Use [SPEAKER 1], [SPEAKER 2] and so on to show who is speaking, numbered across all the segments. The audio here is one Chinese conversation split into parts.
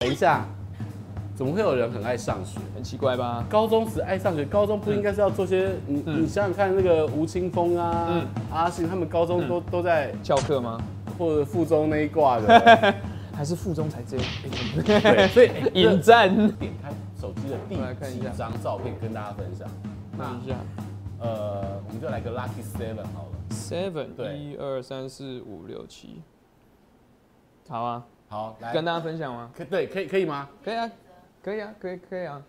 [SPEAKER 1] 一下，怎么会有人很爱上学？
[SPEAKER 2] 很奇怪吧？
[SPEAKER 1] 高中时爱上学，高中不应该是要做些你、你想想看，那个吴青峰啊、
[SPEAKER 2] 嗯
[SPEAKER 1] 阿信他们高中都、都在
[SPEAKER 2] 翘课吗？
[SPEAKER 1] 或者附中那一挂 的，
[SPEAKER 2] 还是附中才这样？
[SPEAKER 1] 对，所以
[SPEAKER 2] 引战，
[SPEAKER 1] 点开手机的第
[SPEAKER 2] 我来看一
[SPEAKER 1] 几
[SPEAKER 2] 下
[SPEAKER 1] 张照片跟大家分享。那
[SPEAKER 2] 看一下
[SPEAKER 1] 呃，我们就来个 lucky seven 好了。
[SPEAKER 2] ，seven，
[SPEAKER 1] 对
[SPEAKER 2] 一二三四五六七，好啊，
[SPEAKER 1] 好，来
[SPEAKER 2] 跟大家分享吗？
[SPEAKER 1] 可对可以可以吗？
[SPEAKER 2] 可以啊，可以啊，可以可以啊。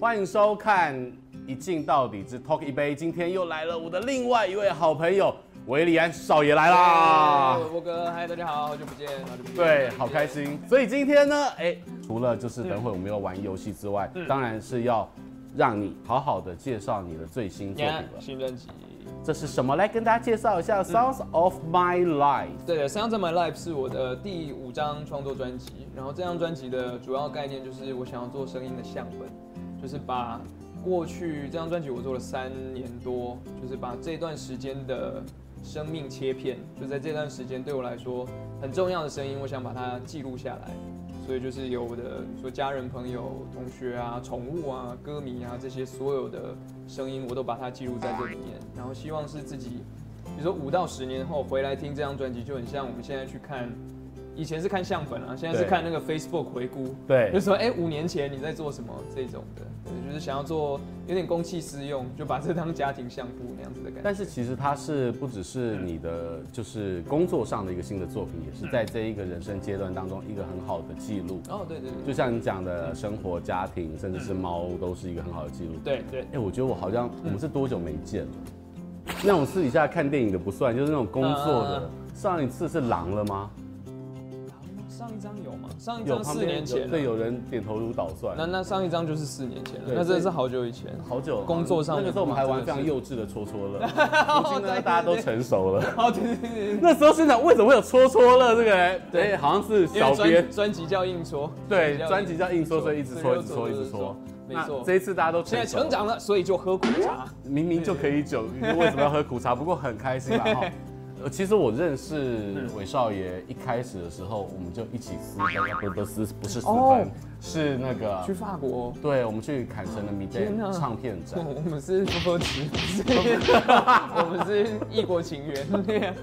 [SPEAKER 1] 欢迎收看《一镜到底之 Talk 一杯》，今天又来了我的另外一位好朋友维里安少爷来啦。
[SPEAKER 2] 耶波哎哥，嗨，大家好，好久不见，好久不见。
[SPEAKER 1] 对，好开心。所以今天呢，哎，除了就是等会我们要玩游戏之外，当然是要让你好好的介绍你的最新作品
[SPEAKER 2] 耶。
[SPEAKER 1] 了。
[SPEAKER 2] 新专辑，
[SPEAKER 1] 这是什么？来跟大家介绍一下《Sounds of My Life》。
[SPEAKER 2] 对的，《Sounds of My Life》是我的第五张创作专辑，然后这张专辑的主要概念就是我想要做声音的样本，就是把过去这张专辑我做了三年多，就是把这段时间的生命切片，就在这段时间对我来说很重要的声音，我想把它记录下来。所以就是有我的你说家人、朋友、同学啊、宠物啊、歌迷啊这些所有的声音，我都把它记录在这里面。然后希望是自己，比如说五到十年后回来听这张专辑，就很像我们现在去看，以前是看相本啊，现在是
[SPEAKER 1] 对
[SPEAKER 2] 看那个 Facebook 回顾，
[SPEAKER 1] 对
[SPEAKER 2] 就说哎五年前你在做什么这种的，对，就是想要做有点公器私用，就把这当家庭相簿那样子的感觉。
[SPEAKER 1] 但是其实它是不只是你的就是工作上的一个新的作品，也是在这一个人生阶段当中一个很好的记录。
[SPEAKER 2] 哦，对对
[SPEAKER 1] 就
[SPEAKER 2] 对，
[SPEAKER 1] 像你讲的，生活、家庭，甚至是猫，都是一个很好的记录。
[SPEAKER 2] 对对
[SPEAKER 1] 哎、我觉得我好像
[SPEAKER 2] 嗯
[SPEAKER 1] 我们是多久没见了？那种私底下看电影的不算，就是那种工作
[SPEAKER 2] 嗯
[SPEAKER 1] 的。上一次是狼了吗？
[SPEAKER 2] 上一张有吗？上一
[SPEAKER 1] 有
[SPEAKER 2] 张
[SPEAKER 1] 旁
[SPEAKER 2] 四
[SPEAKER 1] 边
[SPEAKER 2] 年前
[SPEAKER 1] 有
[SPEAKER 2] 啊
[SPEAKER 1] 对，有人点头如捣蒜。
[SPEAKER 2] 那那上一张就是四年前了，
[SPEAKER 1] 对
[SPEAKER 2] 那真的是好久以 前。
[SPEAKER 1] 好久了，
[SPEAKER 2] 工作上
[SPEAKER 1] 那
[SPEAKER 2] 面
[SPEAKER 1] 个时候我们还玩非常幼稚的戳戳 乐，如今呢大家都成熟了。
[SPEAKER 2] 哦，对对对对
[SPEAKER 1] 那时候现场为什么会有戳戳乐这个人？
[SPEAKER 2] 对
[SPEAKER 1] 对，好像是
[SPEAKER 2] 对，因
[SPEAKER 1] 小
[SPEAKER 2] 为
[SPEAKER 1] 编
[SPEAKER 2] 专专辑叫硬说，
[SPEAKER 1] 对
[SPEAKER 2] 硬
[SPEAKER 1] 专辑叫硬说，所以一直
[SPEAKER 2] 对
[SPEAKER 1] 说
[SPEAKER 2] 又
[SPEAKER 1] 一直说一直说。
[SPEAKER 2] 没
[SPEAKER 1] 那
[SPEAKER 2] 错
[SPEAKER 1] 这。一次大家都
[SPEAKER 2] 现在
[SPEAKER 1] 成熟了
[SPEAKER 2] 成长了，所以就喝苦茶。
[SPEAKER 1] 明明就可以酒，为什么要喝苦茶？不过很开心啦哈。呃其实我认识韦少爷一开始的时候，我们就一起私奔，不不是不是私
[SPEAKER 2] 哦
[SPEAKER 1] 奔，是那个
[SPEAKER 2] 去，法国，哦
[SPEAKER 1] 对，我们去坎城的米店
[SPEAKER 2] 天啊哦哪
[SPEAKER 1] 唱片展，
[SPEAKER 2] 我们是不喝池，我们是异国情 缘。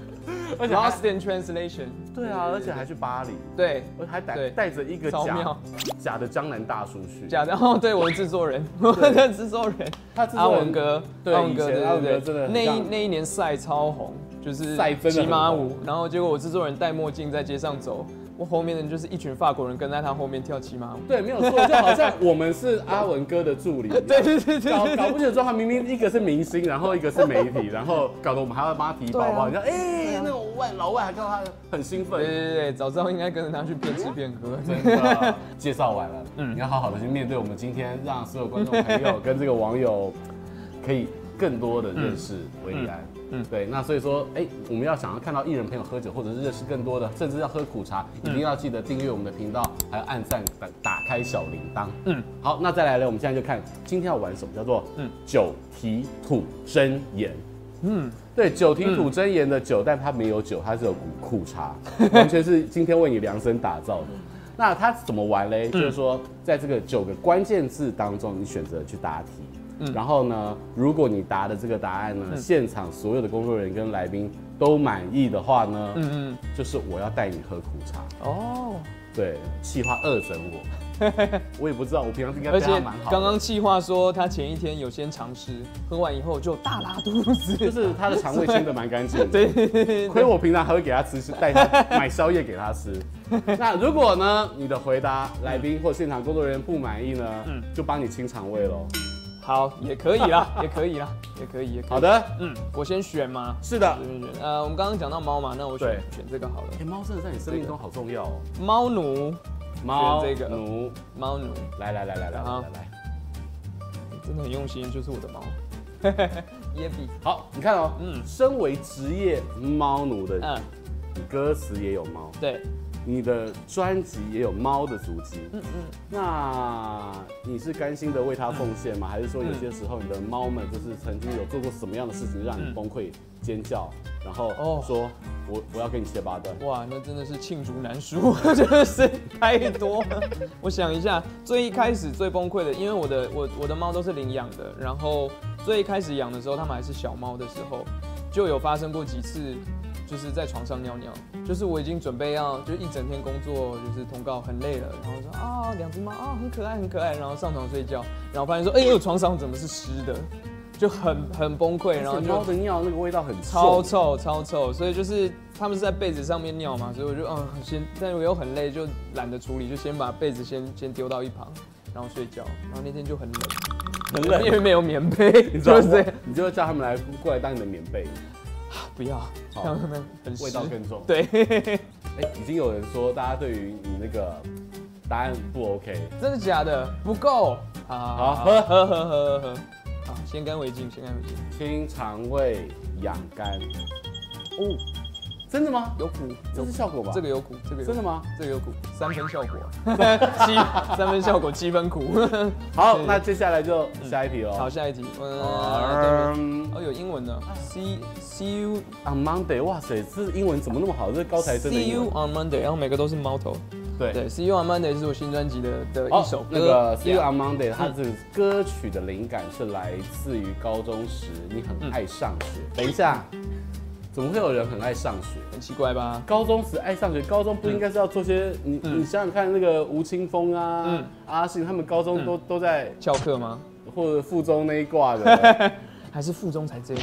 [SPEAKER 1] 而且
[SPEAKER 2] Lost
[SPEAKER 1] 还
[SPEAKER 2] in Translation。
[SPEAKER 1] 对啊，而且还去巴黎，
[SPEAKER 2] 对
[SPEAKER 1] 我还带
[SPEAKER 2] 对
[SPEAKER 1] 带着一个
[SPEAKER 2] 超
[SPEAKER 1] 假
[SPEAKER 2] 妙
[SPEAKER 1] 假的江南大叔去，
[SPEAKER 2] 假的 哦，对我的制作人， 我的制作人。
[SPEAKER 1] 他制作
[SPEAKER 2] 阿
[SPEAKER 1] 人
[SPEAKER 2] 文哥，
[SPEAKER 1] 对
[SPEAKER 2] 阿文哥，
[SPEAKER 1] 以前
[SPEAKER 2] 对
[SPEAKER 1] 阿文
[SPEAKER 2] 对
[SPEAKER 1] 哥
[SPEAKER 2] 对，
[SPEAKER 1] 真的很
[SPEAKER 2] 那一
[SPEAKER 1] 像
[SPEAKER 2] 那一年赛超红，就是
[SPEAKER 1] 赛真的
[SPEAKER 2] 骑
[SPEAKER 1] 很
[SPEAKER 2] 马
[SPEAKER 1] 红
[SPEAKER 2] 舞，然后结果我制作人戴墨镜在街上走，我后面的人就是一群法国人跟在他后面跳骑马舞，
[SPEAKER 1] 对，没有错，就好像我们是阿文哥的助理一样，
[SPEAKER 2] 对对对对
[SPEAKER 1] 搞
[SPEAKER 2] 对
[SPEAKER 1] 搞不清楚状况，明明一个是明星，然后一个是媒体，然后搞得我们还要帮他提包包。你
[SPEAKER 2] 对
[SPEAKER 1] 说，哎、那种外老外还看到他很兴
[SPEAKER 2] 对
[SPEAKER 1] 奋。
[SPEAKER 2] 对对，早知道应该跟着他去边吃边喝，
[SPEAKER 1] 真的介绍完了，你要好好的去面对我们今天，让所有观众朋友跟这个网友可以更多的认识维里安。嗯，对，那所以说，哎、我们要想要看到艺人朋友喝酒，或者是认识更多的，甚至要喝苦茶，一定要记得订阅我们的频道，还有按赞、打打开小铃铛。嗯，好，那再来了，我们现在就看今天要玩什么，叫做嗯酒题吐真言。对，酒题吐真言的酒，但它没有酒，它是有苦苦茶， 完全是今天为你量身打造的。那它怎么玩
[SPEAKER 2] 嗯
[SPEAKER 1] 嘞？就是说，在这个九个关键字当中，你选择去答题。
[SPEAKER 2] 嗯
[SPEAKER 1] 然后呢，如果你答的这个答案呢，现场所有的工作人员跟来宾都满意的话呢，
[SPEAKER 2] 嗯嗯，
[SPEAKER 1] 就是我要带你喝苦茶。
[SPEAKER 2] 哦，
[SPEAKER 1] 对，气话二整 我，我也不知道，我平常应该
[SPEAKER 2] 而
[SPEAKER 1] 对
[SPEAKER 2] 且
[SPEAKER 1] 他蛮好的。
[SPEAKER 2] 刚刚气话说他前一天有先尝试，喝完以后就大拉肚
[SPEAKER 1] 就
[SPEAKER 2] 子，
[SPEAKER 1] 是他的肠胃清的蛮干净的。
[SPEAKER 2] 对对对 对
[SPEAKER 1] 亏我平常还会给他吃，是带他买宵夜给他 吃。那如果呢，你的回答来宾或现场工作人员不满意呢，
[SPEAKER 2] 嗯
[SPEAKER 1] 就帮你清肠胃喽。
[SPEAKER 2] 好也可以啦， 也可以啦，也可以也可以，
[SPEAKER 1] 好，的，
[SPEAKER 2] 嗯，我先选嘛，
[SPEAKER 1] 是的
[SPEAKER 2] 我。先选，呃，我们刚刚讲到猫嘛，那我选
[SPEAKER 1] 对
[SPEAKER 2] 选这个好了。
[SPEAKER 1] 哎，猫真的在你生命中好重要哦。
[SPEAKER 2] 猫奴，
[SPEAKER 1] 猫
[SPEAKER 2] 这个
[SPEAKER 1] 奴，
[SPEAKER 2] 猫奴，
[SPEAKER 1] 嗯来来来来来
[SPEAKER 2] 好
[SPEAKER 1] 来来，
[SPEAKER 2] 真的很用心，就是我的猫。 耶比，
[SPEAKER 1] 好，你看哦，
[SPEAKER 2] 嗯
[SPEAKER 1] 身为职业猫奴的
[SPEAKER 2] 嗯，
[SPEAKER 1] 你，歌词也有猫，
[SPEAKER 2] 对，
[SPEAKER 1] 你的专辑也有猫的足迹。嗯嗯。那你是甘心的为它奉献
[SPEAKER 2] 嗯
[SPEAKER 1] 吗？还是说有些时候你的猫们就是曾经有做过什么样的事情让你崩溃尖叫，然后
[SPEAKER 2] 嗯哦
[SPEAKER 1] 说我我要跟你切八段？
[SPEAKER 2] 哇，那真的是罄竹难书， 真的是太多了。我想一下，最一开始最崩溃的，因为我的我我的猫都是领养的，然后最一开始养的时候，它们还是小猫的时候，就有发生过几次，就是在床上尿尿，就是我已经准备要就一整天工作，就是通告很累了，然后说啊、两只猫啊、很可爱很可爱，然后上床睡觉，然后发现说哎呦床上怎么是湿的，就很很崩溃，然后
[SPEAKER 1] 而且
[SPEAKER 2] 就
[SPEAKER 1] 猫的尿那个味道很
[SPEAKER 2] 超
[SPEAKER 1] 臭，
[SPEAKER 2] 臭超臭，所以就是他们是在被子上面尿嘛，所以我就嗯先，但我又很累，就懒得处理，就先把被子先先丢到一旁，然后睡觉。然后那天就很冷，
[SPEAKER 1] 很
[SPEAKER 2] 因为
[SPEAKER 1] 冷。
[SPEAKER 2] 没有棉被，
[SPEAKER 1] 你知道
[SPEAKER 2] 就是这样
[SPEAKER 1] 吗？你就叫他们来过来当你的棉被，
[SPEAKER 2] 不要，
[SPEAKER 1] 好
[SPEAKER 2] 让他们很湿
[SPEAKER 1] 味道更重。
[SPEAKER 2] 对，
[SPEAKER 1] 哎，已经有人说大家对于你那个答案不 OK，
[SPEAKER 2] 真的假的？不够，好
[SPEAKER 1] 好
[SPEAKER 2] 喝喝喝喝喝，好，先干为敬，先干为敬。
[SPEAKER 1] 清肠胃、养肝。哦，真的吗？
[SPEAKER 2] 有苦，
[SPEAKER 1] 这是效果吧？
[SPEAKER 2] 这个有苦，这个有
[SPEAKER 1] 真的吗？
[SPEAKER 2] 这个有苦，三分 效果，七三分效果，七分苦。
[SPEAKER 1] 好，
[SPEAKER 2] 是
[SPEAKER 1] 那接下来就下一题哦喽。
[SPEAKER 2] 好，下一题，嗯，对
[SPEAKER 1] 嗯
[SPEAKER 2] 哦，有英文的，see see you
[SPEAKER 1] ，On 啊 Monday，哇塞，这英文怎么那么好？这是高材生的
[SPEAKER 2] see
[SPEAKER 1] 英文。
[SPEAKER 2] you on Monday，然后每个都是猫头。
[SPEAKER 1] 对。
[SPEAKER 2] 对，see you on Monday 是我新专辑的的
[SPEAKER 1] 哦
[SPEAKER 2] 一首歌。
[SPEAKER 1] 那个《See You
[SPEAKER 2] Yeah
[SPEAKER 1] on Monday》，它这个歌曲的灵感是来自于高中时你
[SPEAKER 2] 嗯
[SPEAKER 1] 很爱上学。等一下，怎么会有人很爱上学？
[SPEAKER 2] 很奇怪吧？
[SPEAKER 1] 高中时爱上学，高中不应该是要做些你
[SPEAKER 2] 嗯
[SPEAKER 1] 你想想看，那个吴青峰啊
[SPEAKER 2] 嗯、
[SPEAKER 1] 阿信他们高中都都在
[SPEAKER 2] 翘课吗？
[SPEAKER 1] 或者附中那一挂的，
[SPEAKER 2] 还是附中才这样？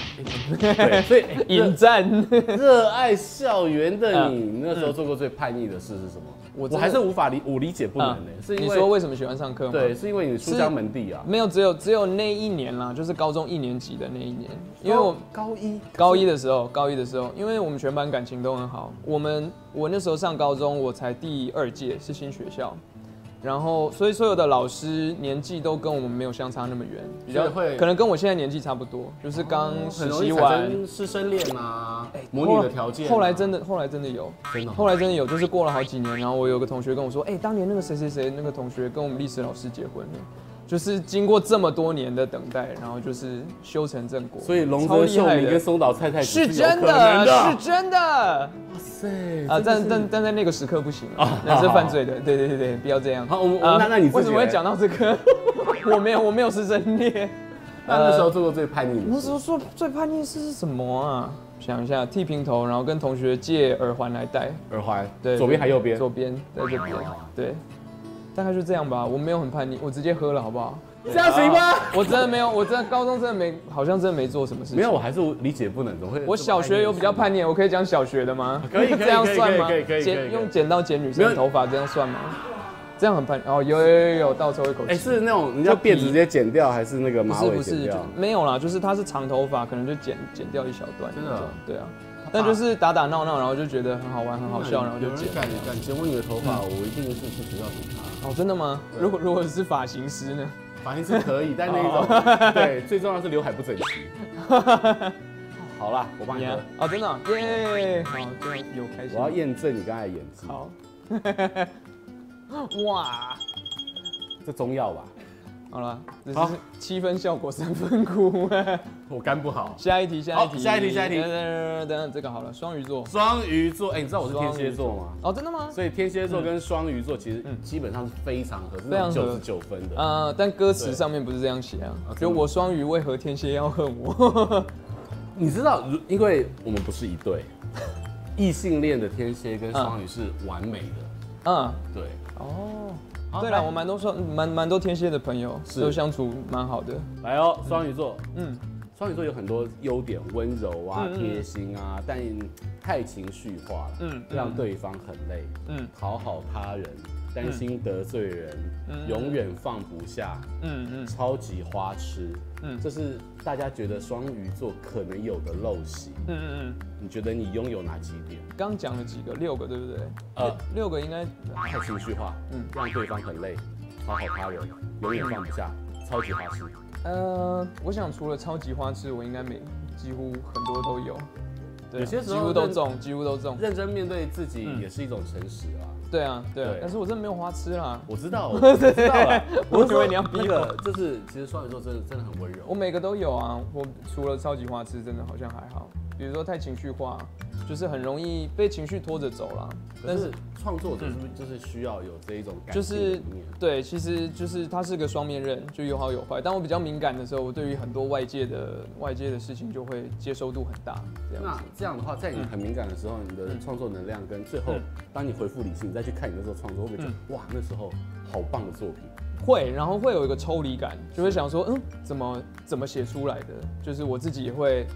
[SPEAKER 1] 对，所以热
[SPEAKER 2] 引战。
[SPEAKER 1] 热爱校园的你，你那时候做过最叛逆的事是什么？
[SPEAKER 2] 嗯我
[SPEAKER 1] 我
[SPEAKER 2] 真的嗯
[SPEAKER 1] 还是无法理我理解不能呢， 欸是因
[SPEAKER 2] 你说
[SPEAKER 1] 为
[SPEAKER 2] 为什么喜欢上课吗？
[SPEAKER 1] 对，是因为你书香门第啊，
[SPEAKER 2] 没有，只有只有那一年啦，就是高中一年级的那一年，因
[SPEAKER 1] 哦
[SPEAKER 2] 为我
[SPEAKER 1] 高一
[SPEAKER 2] 高一的时候，高一的时候，因为我们全班感情都很好。我们我那时候上高中，我才第二届，是新学校，然后所以所有的老师年纪都跟我们没有相差那么远，比较
[SPEAKER 1] 所以会哦
[SPEAKER 2] 可能跟我现在年纪差不多，就是刚
[SPEAKER 1] 很
[SPEAKER 2] 实
[SPEAKER 1] 容
[SPEAKER 2] 习
[SPEAKER 1] 易产
[SPEAKER 2] 完。哎
[SPEAKER 1] 生师生恋啊，母女的条件啊，
[SPEAKER 2] 后来真的，后来真的有，
[SPEAKER 1] 真的哦
[SPEAKER 2] 后来真的有，就是过了好几年，然后我有个同学跟我说，哎、当年那个谁谁谁那个同学跟我们历史老师结婚了，就是经过这么多年的等待，然后就是修成正果。
[SPEAKER 1] 所以龙
[SPEAKER 2] 超
[SPEAKER 1] 泽
[SPEAKER 2] 厉
[SPEAKER 1] 秀
[SPEAKER 2] 害
[SPEAKER 1] 明
[SPEAKER 2] 的
[SPEAKER 1] 跟松岛菜菜子
[SPEAKER 2] 是
[SPEAKER 1] 哎有
[SPEAKER 2] 真
[SPEAKER 1] 可能
[SPEAKER 2] 的，是真的啊！
[SPEAKER 1] 哇塞真的
[SPEAKER 2] 但
[SPEAKER 1] 是
[SPEAKER 2] 但但在那个时刻不行啊，那是犯罪的。对对对对，不要这样。
[SPEAKER 1] 好我们
[SPEAKER 2] 啊
[SPEAKER 1] 那那你自己
[SPEAKER 2] 为什么会
[SPEAKER 1] 嘞
[SPEAKER 2] 讲到这个？ 我没有，我没有师生恋。
[SPEAKER 1] 那那时
[SPEAKER 2] 呃
[SPEAKER 1] 候做过最叛逆
[SPEAKER 2] 那
[SPEAKER 1] 的
[SPEAKER 2] 时
[SPEAKER 1] 事
[SPEAKER 2] 候，说最叛逆的事是什么啊？想一下，剃平头，然后跟同学借耳环来戴。
[SPEAKER 1] 耳环，
[SPEAKER 2] 对，
[SPEAKER 1] 左边还右边，哦
[SPEAKER 2] 左边，在这边。对，大概就这样吧。我没有很叛逆，我直接喝了，好不好？
[SPEAKER 1] 这样行吗？
[SPEAKER 2] 我真的没有，我真的高中真的没，好像真的没做什么事情。
[SPEAKER 1] 没有，我还是理解不能，怎么会？
[SPEAKER 2] 我小学有比较叛逆，我可以讲小学的吗？
[SPEAKER 1] 可 以可以
[SPEAKER 2] 这样算吗？
[SPEAKER 1] 可以可以可以可以可
[SPEAKER 2] 剪
[SPEAKER 1] 以
[SPEAKER 2] 用剪刀剪女
[SPEAKER 1] 没
[SPEAKER 2] 生
[SPEAKER 1] 有
[SPEAKER 2] 头发这样算吗？这样很叛逆哦，有有有有有，倒抽一口
[SPEAKER 1] 哎、
[SPEAKER 2] 气。
[SPEAKER 1] 是那种人家辫子直接剪掉，还是那个
[SPEAKER 2] 不
[SPEAKER 1] 马
[SPEAKER 2] 是
[SPEAKER 1] 尾
[SPEAKER 2] 不
[SPEAKER 1] 剪
[SPEAKER 2] 是，就
[SPEAKER 1] 掉？
[SPEAKER 2] 没有啦，就是他是长头发，可能就剪剪掉一小段。
[SPEAKER 1] 真的啊
[SPEAKER 2] 对啊，但就是打打闹闹，然后就觉得很好玩很好笑，然后就剪。
[SPEAKER 1] 敢敢剪我女的头发，我一定是去学校警察。
[SPEAKER 2] 哦，真的吗？
[SPEAKER 1] 啊
[SPEAKER 2] 如果如果是发型 师呢？
[SPEAKER 1] 反正是可以， 但那一
[SPEAKER 2] 哦
[SPEAKER 1] 种对，最重要是刘海不整齐。好啦，我帮
[SPEAKER 2] 你
[SPEAKER 1] 你
[SPEAKER 2] 啊
[SPEAKER 1] 喝。？
[SPEAKER 2] 哦，真的啊耶！好，这样有开心
[SPEAKER 1] 我。要验证你刚才的演技，
[SPEAKER 2] 好。 哇。
[SPEAKER 1] 这中药吧？
[SPEAKER 2] 好了，这
[SPEAKER 1] 好
[SPEAKER 2] 是七分效果三分苦。
[SPEAKER 1] 我肝不好。
[SPEAKER 2] 下一题，下一
[SPEAKER 1] 好
[SPEAKER 2] 题，
[SPEAKER 1] 下一题下一题
[SPEAKER 2] 等等等等，这个好了，双鱼座。
[SPEAKER 1] 双鱼座，哎、你知道我是天蝎座吗？
[SPEAKER 2] 哦，真的吗？
[SPEAKER 1] 所以天蝎座跟双鱼座其实基本上是非常合，是
[SPEAKER 2] 非常合
[SPEAKER 1] 九十九分的。
[SPEAKER 2] 呃，但歌词上面不是这样写啊
[SPEAKER 1] 啊，
[SPEAKER 2] 就
[SPEAKER 1] 真的吗
[SPEAKER 2] 我双鱼为何天蝎要恨我？
[SPEAKER 1] 你知道，如因为我们不是一对，异性恋的天蝎跟双鱼是完美的，
[SPEAKER 2] 嗯，
[SPEAKER 1] 对。
[SPEAKER 2] 哦，
[SPEAKER 1] 好
[SPEAKER 2] 对
[SPEAKER 1] 来
[SPEAKER 2] 了，我蛮多双蛮蛮多天蝎的朋友，
[SPEAKER 1] 是
[SPEAKER 2] 都相处蛮好的。
[SPEAKER 1] 来哦，双鱼座，
[SPEAKER 2] 嗯，
[SPEAKER 1] 双鱼座有很多优点，温柔啊
[SPEAKER 2] 嗯，嗯
[SPEAKER 1] 贴心啊，但太情绪化了，
[SPEAKER 2] 嗯
[SPEAKER 1] 嗯，让对方很累，
[SPEAKER 2] 嗯
[SPEAKER 1] 讨好他人，担心得罪人，永远放不下，
[SPEAKER 2] 嗯嗯，
[SPEAKER 1] 超级花痴，
[SPEAKER 2] 嗯
[SPEAKER 1] 嗯，这是大家觉得双鱼座可能有的陋习。
[SPEAKER 2] 嗯嗯嗯，
[SPEAKER 1] 你觉得你拥有哪几点？
[SPEAKER 2] 刚讲了几个，六个对不对？哎
[SPEAKER 1] 呃，
[SPEAKER 2] 六个应该
[SPEAKER 1] 太情绪化，
[SPEAKER 2] 嗯
[SPEAKER 1] 嗯，让对方很累，讨好他人，永远放不下，超级花痴。
[SPEAKER 2] 呃，我想除了超级花痴，我应该每几乎很多都有，对啊，
[SPEAKER 1] 有些时候
[SPEAKER 2] 几乎都
[SPEAKER 1] 认
[SPEAKER 2] 中，几乎都中。
[SPEAKER 1] 认真面对自己
[SPEAKER 2] 嗯
[SPEAKER 1] 也是一种诚实啊。
[SPEAKER 2] 对啊，对啊
[SPEAKER 1] 对，
[SPEAKER 2] 但是我真的没有花痴啦。。
[SPEAKER 1] 我知 道，我知道了
[SPEAKER 2] 我以为
[SPEAKER 1] 说
[SPEAKER 2] 你要逼
[SPEAKER 1] 那个，就是其实双鱼座真的真的很温
[SPEAKER 2] 我
[SPEAKER 1] 柔。
[SPEAKER 2] 每个都有啊，我除了超级花痴，真的好像还好。比如说太情绪化，就是很容易被情绪拖着走啦。
[SPEAKER 1] 但
[SPEAKER 2] 但
[SPEAKER 1] 是
[SPEAKER 2] 是
[SPEAKER 1] 创作者是不是就是需要有这一种感
[SPEAKER 2] 就
[SPEAKER 1] 情的
[SPEAKER 2] 是
[SPEAKER 1] 一面？
[SPEAKER 2] 对，其实就是它是个双面刃，就有好有坏。当我比较敏感的时候，我对于很多外界的外界的事情就会接收度很大，这样
[SPEAKER 1] 那
[SPEAKER 2] 子。
[SPEAKER 1] 这样的嗯话，在你很敏感的时候，你的创作能量跟最后，当你回复理性，你再去看你那时候创作，会不会觉得哇，那时候好棒的作品？
[SPEAKER 2] 会，然后会有一个抽离感，就会想说，嗯，怎么怎么写出来的？就是我自己也会，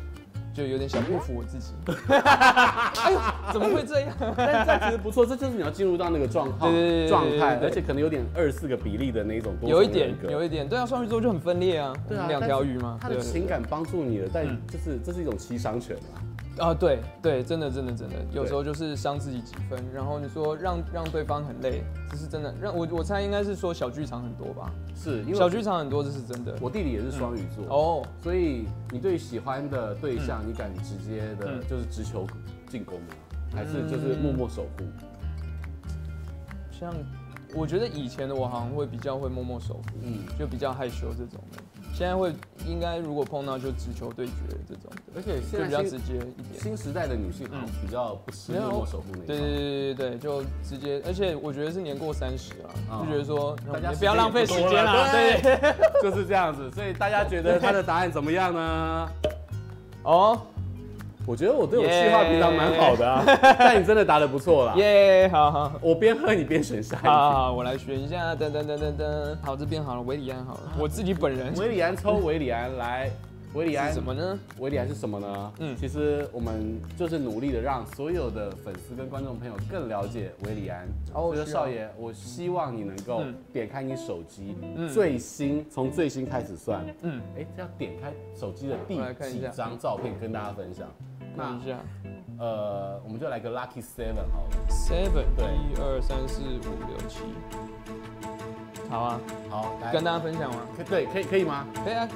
[SPEAKER 2] 就有点小不服我 自己。哎呦，怎么会这样？
[SPEAKER 1] 但这样 其实不错，这就是你要进入到那个状况
[SPEAKER 2] 对对对对
[SPEAKER 1] 状态，
[SPEAKER 2] 对对对
[SPEAKER 1] 而且可能有点二四个比例的那一种多重
[SPEAKER 2] 有一点
[SPEAKER 1] 人，格
[SPEAKER 2] 有一点，对啊，双鱼座就很分裂啊，我
[SPEAKER 1] 对啊
[SPEAKER 2] 们两条鱼嘛，
[SPEAKER 1] 他的
[SPEAKER 2] 对对
[SPEAKER 1] 情感帮助你了，但
[SPEAKER 2] 嗯
[SPEAKER 1] 就是这是一种七伤拳嘛。
[SPEAKER 2] 对啊，对对，真的真的真的，有时候就是伤自己几分，然后你说让让对方很累，这是真的，让我我猜应该是说小剧场很多吧，
[SPEAKER 1] 是因为
[SPEAKER 2] 小剧场很多，这是真的。
[SPEAKER 1] 我弟弟也是双鱼座哦，
[SPEAKER 2] 哦，
[SPEAKER 1] 所以你对喜欢的对象，你敢直接的
[SPEAKER 2] 嗯
[SPEAKER 1] 就是直球进攻吗？还是就是默默守护？
[SPEAKER 2] 像我觉得以前的我好像会比较会默默守护，
[SPEAKER 1] 嗯，
[SPEAKER 2] 就比较害羞这种的，现在会应该如果碰到就直球对决这种的，
[SPEAKER 1] 而且
[SPEAKER 2] 就
[SPEAKER 1] 现
[SPEAKER 2] 比较
[SPEAKER 1] 在
[SPEAKER 2] 直
[SPEAKER 1] 新
[SPEAKER 2] 接一点。
[SPEAKER 1] 新嗯时代的女性好像比较不吃
[SPEAKER 2] 没有
[SPEAKER 1] 默默守护那一
[SPEAKER 2] 对
[SPEAKER 1] 套
[SPEAKER 2] 对对对对，就直接，而且我觉得是年过三十啊，
[SPEAKER 1] 嗯
[SPEAKER 2] 就觉得说
[SPEAKER 1] 大家
[SPEAKER 2] 你不要浪费时间
[SPEAKER 1] 时间也不多
[SPEAKER 2] 啦，
[SPEAKER 1] 了
[SPEAKER 2] 对。对对
[SPEAKER 1] 就是这样子。所以大家觉 得他的答案怎么样呢？
[SPEAKER 2] 哦，
[SPEAKER 1] 我觉得我对我计划平常蛮好的啊，但你真的答的不错啦。
[SPEAKER 2] 耶，好好好
[SPEAKER 1] 我边喝你边选下一
[SPEAKER 2] 好，
[SPEAKER 1] 题。
[SPEAKER 2] 好我来选一下，噔噔噔噔噔，好，这边好了，维里安好了，我自己本人
[SPEAKER 1] 维里安抽维里安来，维里安
[SPEAKER 2] 是什么呢？
[SPEAKER 1] 维里安是什么呢？嗯，
[SPEAKER 2] 嗯
[SPEAKER 1] 其实我们就是努力的让所有的粉丝跟观众朋友更了解维里安。
[SPEAKER 2] 哦
[SPEAKER 1] 所以说
[SPEAKER 2] 是哦
[SPEAKER 1] 少爷，我希望你能够
[SPEAKER 2] 嗯
[SPEAKER 1] 点开你手机、
[SPEAKER 2] 嗯
[SPEAKER 1] 最新，从最新开始算。
[SPEAKER 2] 嗯，
[SPEAKER 1] 哎，这要点开手机的第
[SPEAKER 2] 我来看
[SPEAKER 1] 几
[SPEAKER 2] 一下
[SPEAKER 1] 张照片跟大家分享。
[SPEAKER 2] 看一
[SPEAKER 1] 那
[SPEAKER 2] 下
[SPEAKER 1] 呃，我们就来个 lucky seven 好了。
[SPEAKER 2] ，seven，
[SPEAKER 1] 对
[SPEAKER 2] 一二三四五六七，好啊，
[SPEAKER 1] 好，来
[SPEAKER 2] 跟大家分享吗？
[SPEAKER 1] 可对可以可以吗？
[SPEAKER 2] 可以啊，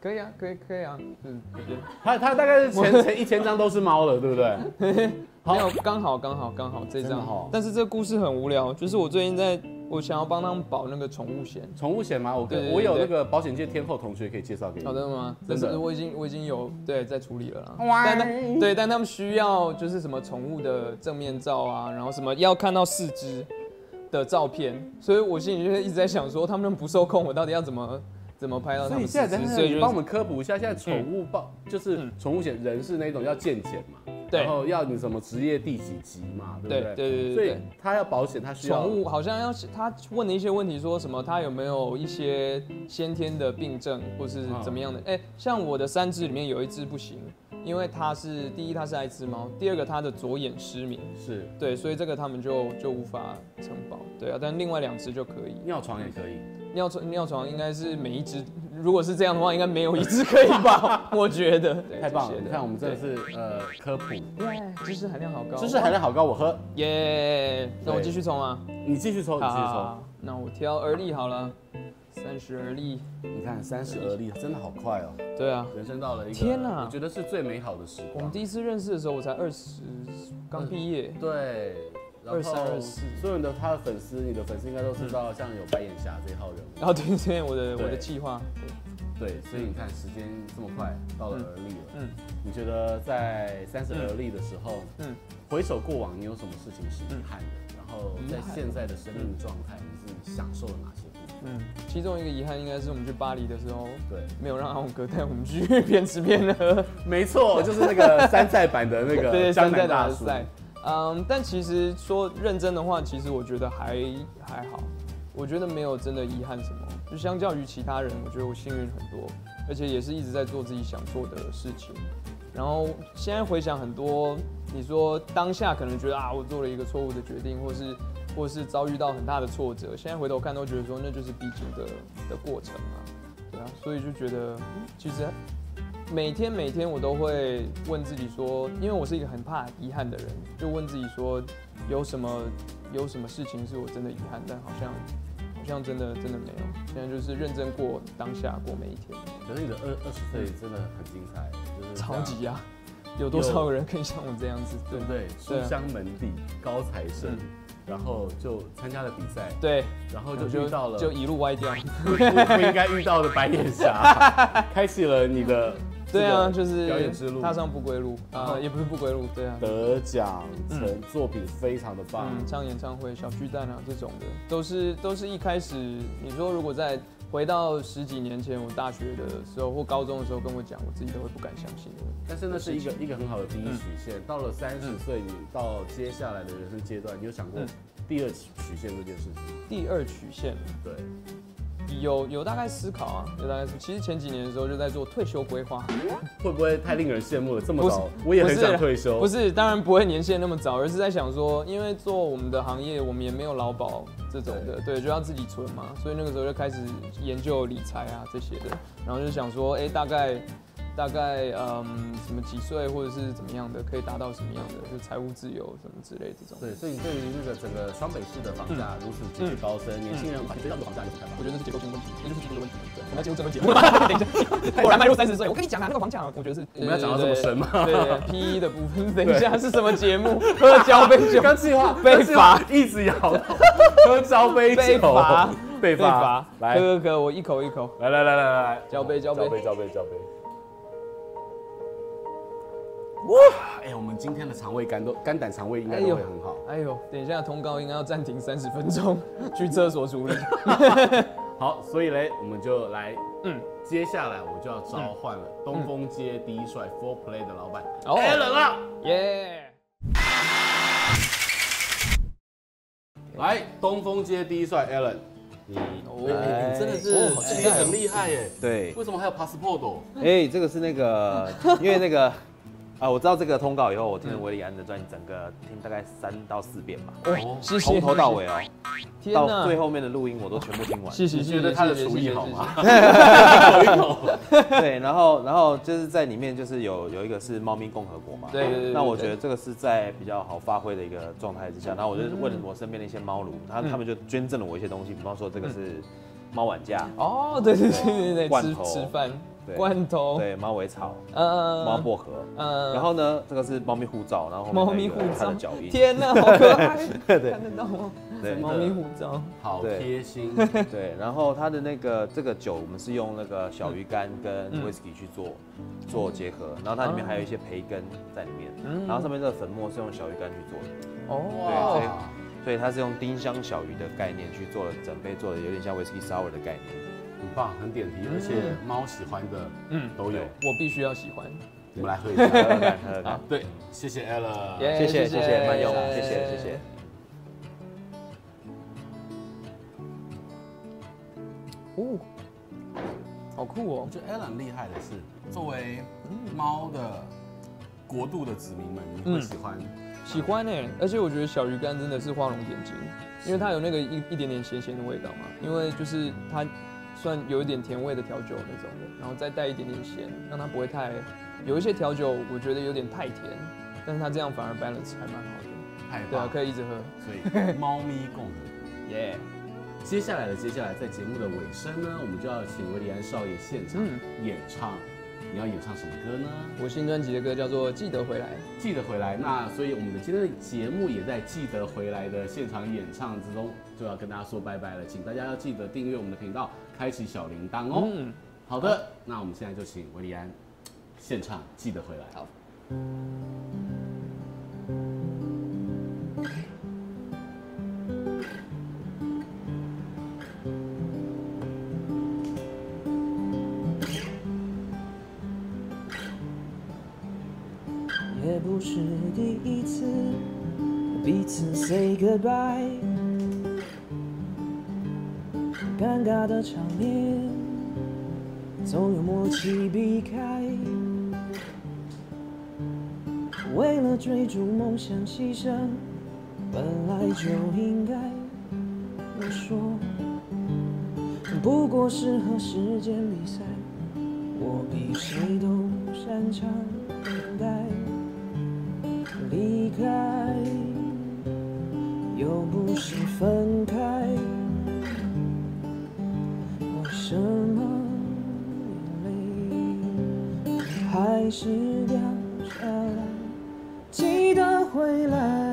[SPEAKER 2] 可以啊，可以可以啊，嗯，这边
[SPEAKER 1] 他他大概是前前一千张都是猫了，对不对？好
[SPEAKER 2] 没有，刚好刚好刚好这
[SPEAKER 1] 真的
[SPEAKER 2] 张
[SPEAKER 1] 哦，
[SPEAKER 2] 但是这个故事很无聊，就是我最近在，我想要帮他们保那个宠物险。
[SPEAKER 1] 宠物险吗？我
[SPEAKER 2] 对
[SPEAKER 1] 跟
[SPEAKER 2] 对
[SPEAKER 1] 我有那
[SPEAKER 2] 对
[SPEAKER 1] 个保险界天后同学可以介绍给你。
[SPEAKER 2] 好的吗？
[SPEAKER 1] 嗯真的
[SPEAKER 2] 但是我已经我已经有对在处理了啦。
[SPEAKER 1] 哇
[SPEAKER 2] 但但对，但他们需要就是什么宠物的正面照啊，然后什么要看到四肢的照片，所以我心里就是一直在想说，他们不受控，我到底要怎么怎么拍到他
[SPEAKER 1] 所以
[SPEAKER 2] 们
[SPEAKER 1] 现在
[SPEAKER 2] 四
[SPEAKER 1] 在
[SPEAKER 2] 肢？
[SPEAKER 1] 那里
[SPEAKER 2] 就
[SPEAKER 1] 帮我们科普一下，现在宠
[SPEAKER 2] 嗯
[SPEAKER 1] 物报、就是
[SPEAKER 2] 嗯
[SPEAKER 1] 宠物险人是那种要健检嘛，
[SPEAKER 2] 对
[SPEAKER 1] 然后要你什么职业第几级嘛，对
[SPEAKER 2] 对
[SPEAKER 1] 不对？
[SPEAKER 2] 对对对
[SPEAKER 1] 所以
[SPEAKER 2] 对
[SPEAKER 1] 他要保险，他需要
[SPEAKER 2] 宠物好像要他问的一些问题，说什么他有没有一些先天的病症，或是
[SPEAKER 1] 啊
[SPEAKER 2] 怎么样的？哎、像我的三只里面有一只不行，因为它是第一它是爱吃猫，第二个它的左眼失明，
[SPEAKER 1] 是
[SPEAKER 2] 对，所以这个他们就就无法承保，对啊，但另外两只就可以。
[SPEAKER 1] 尿床也可以。
[SPEAKER 2] 尿床尿床应该是每一只，如果是这样的话，应该没有一只可以保， 我觉得。对
[SPEAKER 1] 太棒
[SPEAKER 2] 这
[SPEAKER 1] 了！
[SPEAKER 2] 些
[SPEAKER 1] 你看我们真的是呃科普，
[SPEAKER 2] 对耶知识含量好高，哦
[SPEAKER 1] 知识含量好高。我喝，
[SPEAKER 2] 耶。那我
[SPEAKER 1] 对
[SPEAKER 2] 继续冲啊，
[SPEAKER 1] 你继续抽，你继续抽。，
[SPEAKER 2] 那我挑而立好了，三十而立，
[SPEAKER 1] 你看三十而立，真的好快哦！
[SPEAKER 2] 对啊，
[SPEAKER 1] 人生到了一个
[SPEAKER 2] 天哪
[SPEAKER 1] 我觉得是最美好的时
[SPEAKER 2] 我们
[SPEAKER 1] 光。
[SPEAKER 2] 第一次认识的时候我才二十，刚
[SPEAKER 1] 嗯
[SPEAKER 2] 毕业，
[SPEAKER 1] 对，然后
[SPEAKER 2] 23 24
[SPEAKER 1] 所有的他的粉丝，你的粉丝应该都知道，像有白眼侠这一号人物。
[SPEAKER 2] 然后对对，我的我
[SPEAKER 1] 对
[SPEAKER 2] 的计划，对
[SPEAKER 1] 对，所以你看时间这么快到了而立了，嗯
[SPEAKER 2] 嗯，
[SPEAKER 1] 你觉得在三十而立的时候，嗯
[SPEAKER 2] 嗯，
[SPEAKER 1] 回首过往，你有什么事情是遗憾的？然后在现在的生命状态，你是享受了哪些部分？
[SPEAKER 2] 嗯，其中一个遗憾应该是我们去巴黎的时候，
[SPEAKER 1] 对，
[SPEAKER 2] 没有让阿勇哥带我们去 边吃边喝，
[SPEAKER 1] 没错， 就是那个山寨版的 那个
[SPEAKER 2] 对，
[SPEAKER 1] 江
[SPEAKER 2] 山
[SPEAKER 1] 南
[SPEAKER 2] 寨
[SPEAKER 1] 大
[SPEAKER 2] 大
[SPEAKER 1] 叔。
[SPEAKER 2] 赛。嗯，但其实说认真的话，其实我觉得还还好，我觉得没有真的遗憾什么。就相较于其他人，我觉得我幸运很多，而且也是一直在做自己想做的事情。然后现在回想很多，你说当下可能觉得啊，我做了一个错误的决定，或是 或是遭遇到很大的挫折，现在回头看都觉得说那就是必经的的过程啊，对啊，所以就觉得嗯其实每天每天我都会问自己说，因为我是一个很怕遗憾的人，就问自己说，有什么有什么事情是我真的遗憾，但好像好像真的真的没有。现在就是认真过当下，过每一天，
[SPEAKER 1] 可是你的二二十岁真的很精彩，就是这
[SPEAKER 2] 超
[SPEAKER 1] 样，
[SPEAKER 2] 级啊！有多少个人可以像我这样子？
[SPEAKER 1] 对不对？书
[SPEAKER 2] 对啊
[SPEAKER 1] 香门第，高材生
[SPEAKER 2] 嗯，
[SPEAKER 1] 然后就参加了比赛，
[SPEAKER 2] 对，
[SPEAKER 1] 然后
[SPEAKER 2] 然
[SPEAKER 1] 就
[SPEAKER 2] 后
[SPEAKER 1] 遇到了
[SPEAKER 2] 就一路歪掉。
[SPEAKER 1] 不不应该遇到的白眼 侠，开启了你的
[SPEAKER 2] 对啊，
[SPEAKER 1] 这个
[SPEAKER 2] 就是
[SPEAKER 1] 表演之路，
[SPEAKER 2] 踏上不归路啊、
[SPEAKER 1] 嗯
[SPEAKER 2] 也不是不归路，对啊，
[SPEAKER 1] 得奖，
[SPEAKER 2] 嗯
[SPEAKER 1] 成作品非常的棒，
[SPEAKER 2] 嗯，像演唱会、小巨蛋啊这种的，都是都是一开始你说如果在回到十几年前，我大学的时候或高中的时候跟我讲，我自己都会不敢相信的。
[SPEAKER 1] 但是那是一个一个很好的第一曲线。到了三十
[SPEAKER 2] 嗯
[SPEAKER 1] 岁，你到接下来的人生阶段，你有想过
[SPEAKER 2] 嗯
[SPEAKER 1] 第二曲曲线这件事情吗？
[SPEAKER 2] 第二曲线
[SPEAKER 1] 对，
[SPEAKER 2] 有有大概思考啊，有大概思，其实前几年的时候就在做退休规划。
[SPEAKER 1] 会不会太令人羡慕了？这么
[SPEAKER 2] 不是
[SPEAKER 1] 早，我也很
[SPEAKER 2] 不是
[SPEAKER 1] 想退休。
[SPEAKER 2] 不是，当然不会年限那么早，而是在想说，因为做我们的行业，我们也没有劳保这种的，对，就要自己存嘛，所以那个时候就开始研究理财啊这些的，然后就想说，哎、大概大概嗯，什么几岁或者是怎么样的，可以达到什么样的，就财务自由什么之类这种。
[SPEAKER 1] 对，所以你对于这个整个双北市的房价
[SPEAKER 2] 嗯
[SPEAKER 1] 如此节节高升，年轻人完全追到这个房价有什么看法
[SPEAKER 2] 我？觉得那是结构性的问题，那就是结构的问题。对，我们要进入正论节目了。等一下，果然迈入三十哎岁。我跟你讲啊，那个房价啊，我觉得是
[SPEAKER 1] 我们要讲到这么深吗
[SPEAKER 2] 对对，P E 的部分，等一下是什么节 目？喝交杯酒，
[SPEAKER 1] 刚计划
[SPEAKER 2] 被罚，
[SPEAKER 1] 一直摇头，喝交杯酒，
[SPEAKER 2] 被罚，
[SPEAKER 1] 被
[SPEAKER 2] 被罚
[SPEAKER 1] 罚，。来
[SPEAKER 2] 喝喝喝，我一口一口。
[SPEAKER 1] 来来来来来，
[SPEAKER 2] 交杯交杯
[SPEAKER 1] 交杯交杯交杯。哇，哎、我们今天的肠胃肝都肝胆肠胃应该都会很好。
[SPEAKER 2] 哎呦，等一下通告应该要暂停三十分 钟，去厕所处理。
[SPEAKER 1] 好，所以嘞，我们就来，
[SPEAKER 2] 嗯
[SPEAKER 1] 嗯，接下来我就要召唤了东风街第一帅 Four Play 的老板
[SPEAKER 2] 哦
[SPEAKER 1] Allen 啊，
[SPEAKER 2] 耶！
[SPEAKER 1] 来东风街第一帅 Allen，你，
[SPEAKER 2] 哦
[SPEAKER 1] 哎你真的是，
[SPEAKER 3] 哦好期
[SPEAKER 1] 哎
[SPEAKER 3] 待哦
[SPEAKER 1] 很厉害耶。
[SPEAKER 3] 对，
[SPEAKER 1] 为什么还有 passport？
[SPEAKER 3] 哎、这个是那 个，因为那个。啊，我知道这个通告以后，我听了维里安的专辑，整个听大概三到四遍吧，
[SPEAKER 2] 哦，谢谢。
[SPEAKER 3] 哎从头到尾哦，
[SPEAKER 2] 天
[SPEAKER 3] 到
[SPEAKER 2] 哪！
[SPEAKER 3] 最后面的录音我都全部听完。
[SPEAKER 2] 谢谢，
[SPEAKER 1] 你
[SPEAKER 2] 谢
[SPEAKER 1] 觉
[SPEAKER 2] 谢
[SPEAKER 1] 得他的
[SPEAKER 2] 谢谢
[SPEAKER 1] 厨
[SPEAKER 2] 谢
[SPEAKER 1] 艺
[SPEAKER 2] 谢
[SPEAKER 1] 好吗？
[SPEAKER 3] 对，然后然后就是在里面就是有有一个是猫咪共和国嘛，
[SPEAKER 2] 对对对对
[SPEAKER 3] 那我觉得这个是在比较好发挥的一个状态
[SPEAKER 2] 嗯
[SPEAKER 3] 之下，然后我就问我身边的一些猫奴，他他们就捐赠了我一些东西，比方说这个是猫碗架，
[SPEAKER 2] 哦，对对对对对，
[SPEAKER 3] 罐
[SPEAKER 2] 吃
[SPEAKER 3] 头
[SPEAKER 2] 吃饭，
[SPEAKER 3] 对
[SPEAKER 2] 罐头，
[SPEAKER 3] 对，猫尾草，
[SPEAKER 2] 呃
[SPEAKER 3] 猫薄荷，
[SPEAKER 2] 嗯
[SPEAKER 3] 然后呢，这个是猫咪护照，然后后面
[SPEAKER 2] 猫咪
[SPEAKER 3] 还
[SPEAKER 2] 护
[SPEAKER 3] 有一个它
[SPEAKER 2] 照
[SPEAKER 3] 的脚印，
[SPEAKER 2] 天 哪，好可爱，
[SPEAKER 3] 对对
[SPEAKER 2] 看得到吗？
[SPEAKER 3] 对
[SPEAKER 2] 猫咪护照，
[SPEAKER 1] 好
[SPEAKER 3] 对
[SPEAKER 1] 贴心，
[SPEAKER 3] 对，然后它的那个这个酒，我们是用那个小鱼干跟 whisky 去做、做结合，然后它里面还有一些培根在里面，然后上面这个粉末是用小鱼干去做的，
[SPEAKER 2] 哦
[SPEAKER 3] 对，所以所以它是用丁香小鱼的概念去做了整杯做的，有点像 whisky sour 的概 念。
[SPEAKER 1] 很棒，很点题，而且猫喜欢的，嗯，都有
[SPEAKER 3] 对。
[SPEAKER 2] 我必须要喜欢，
[SPEAKER 1] 我们来喝一
[SPEAKER 3] 喝喝
[SPEAKER 1] 下。
[SPEAKER 3] 看，喝喝看。
[SPEAKER 1] 对，谢谢 Ella。
[SPEAKER 2] 耶
[SPEAKER 3] 谢谢谢谢慢用，谢谢谢谢。
[SPEAKER 2] 哦，好酷哦
[SPEAKER 1] 我，觉得 Ella 很厉害的是，作为嗯猫的国度的子民们，你会喜欢
[SPEAKER 2] 喜欢呢，而且我觉得小鱼干真的是画龙点睛，因为它有那个一一点点咸咸的味道嘛，因为就是它算有一点甜味的调酒那种的，然后再带一点点咸，让它不会太，有一些调酒我觉得有点太甜，但是它这样反而 balance 还蛮好的，
[SPEAKER 1] 害
[SPEAKER 2] 对
[SPEAKER 1] 怕，
[SPEAKER 2] 啊，可以一直喝，
[SPEAKER 1] 所以猫咪共和。
[SPEAKER 2] 耶、
[SPEAKER 1] 接下来的接下来，在节目的尾声呢，我们就要请维里安少爷现场
[SPEAKER 2] 嗯
[SPEAKER 1] 演唱。你要演唱什么歌呢？
[SPEAKER 2] 我新专辑的歌叫做《记得回来》，
[SPEAKER 1] 记得回来。那所以我们的今天的节目也在《记得回来》的现场演唱之中，就要跟大家说拜拜了。请大家要记得订阅我们的频道，开启小铃铛哦。
[SPEAKER 2] 嗯，
[SPEAKER 1] 好的，那我们现在就请维里安现唱《记得回来》。
[SPEAKER 2] 好。
[SPEAKER 4] 也不是第一次彼此 say goodbye。尴尬的场面总有默契避开。为了追逐梦想牺牲，本来就应该。我说，不过是和时间比赛，我比谁都擅长等待离开，又不是分开，为什么眼泪还是掉下来？记得回来。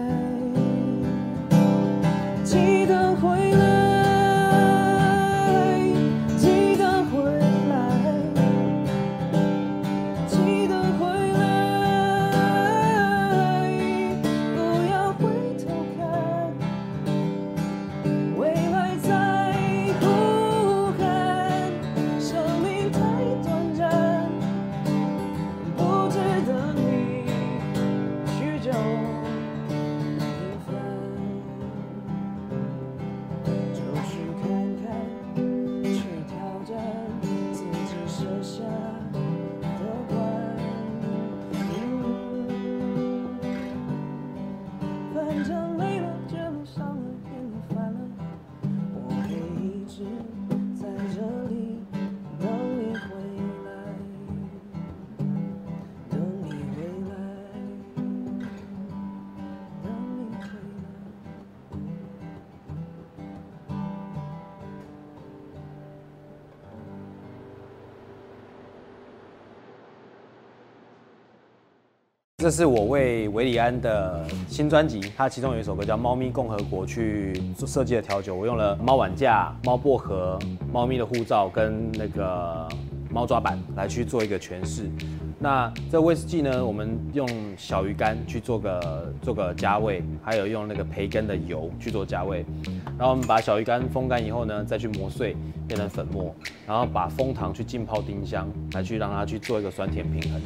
[SPEAKER 3] 这是我为韦礼安的新专辑，它其中有一首歌叫《猫咪共和国》去做设计的调酒，我用了猫碗架、猫薄荷、猫咪的护照跟那个猫抓板来去做一个诠释。那这威士忌呢，我们用小鱼干去做个做个加味，还有用那个培根的油去做加味，然后我们把小鱼干风干以后呢，再去磨碎变成粉末，然后把枫糖去浸泡丁香，来去让它去做一个酸甜平衡。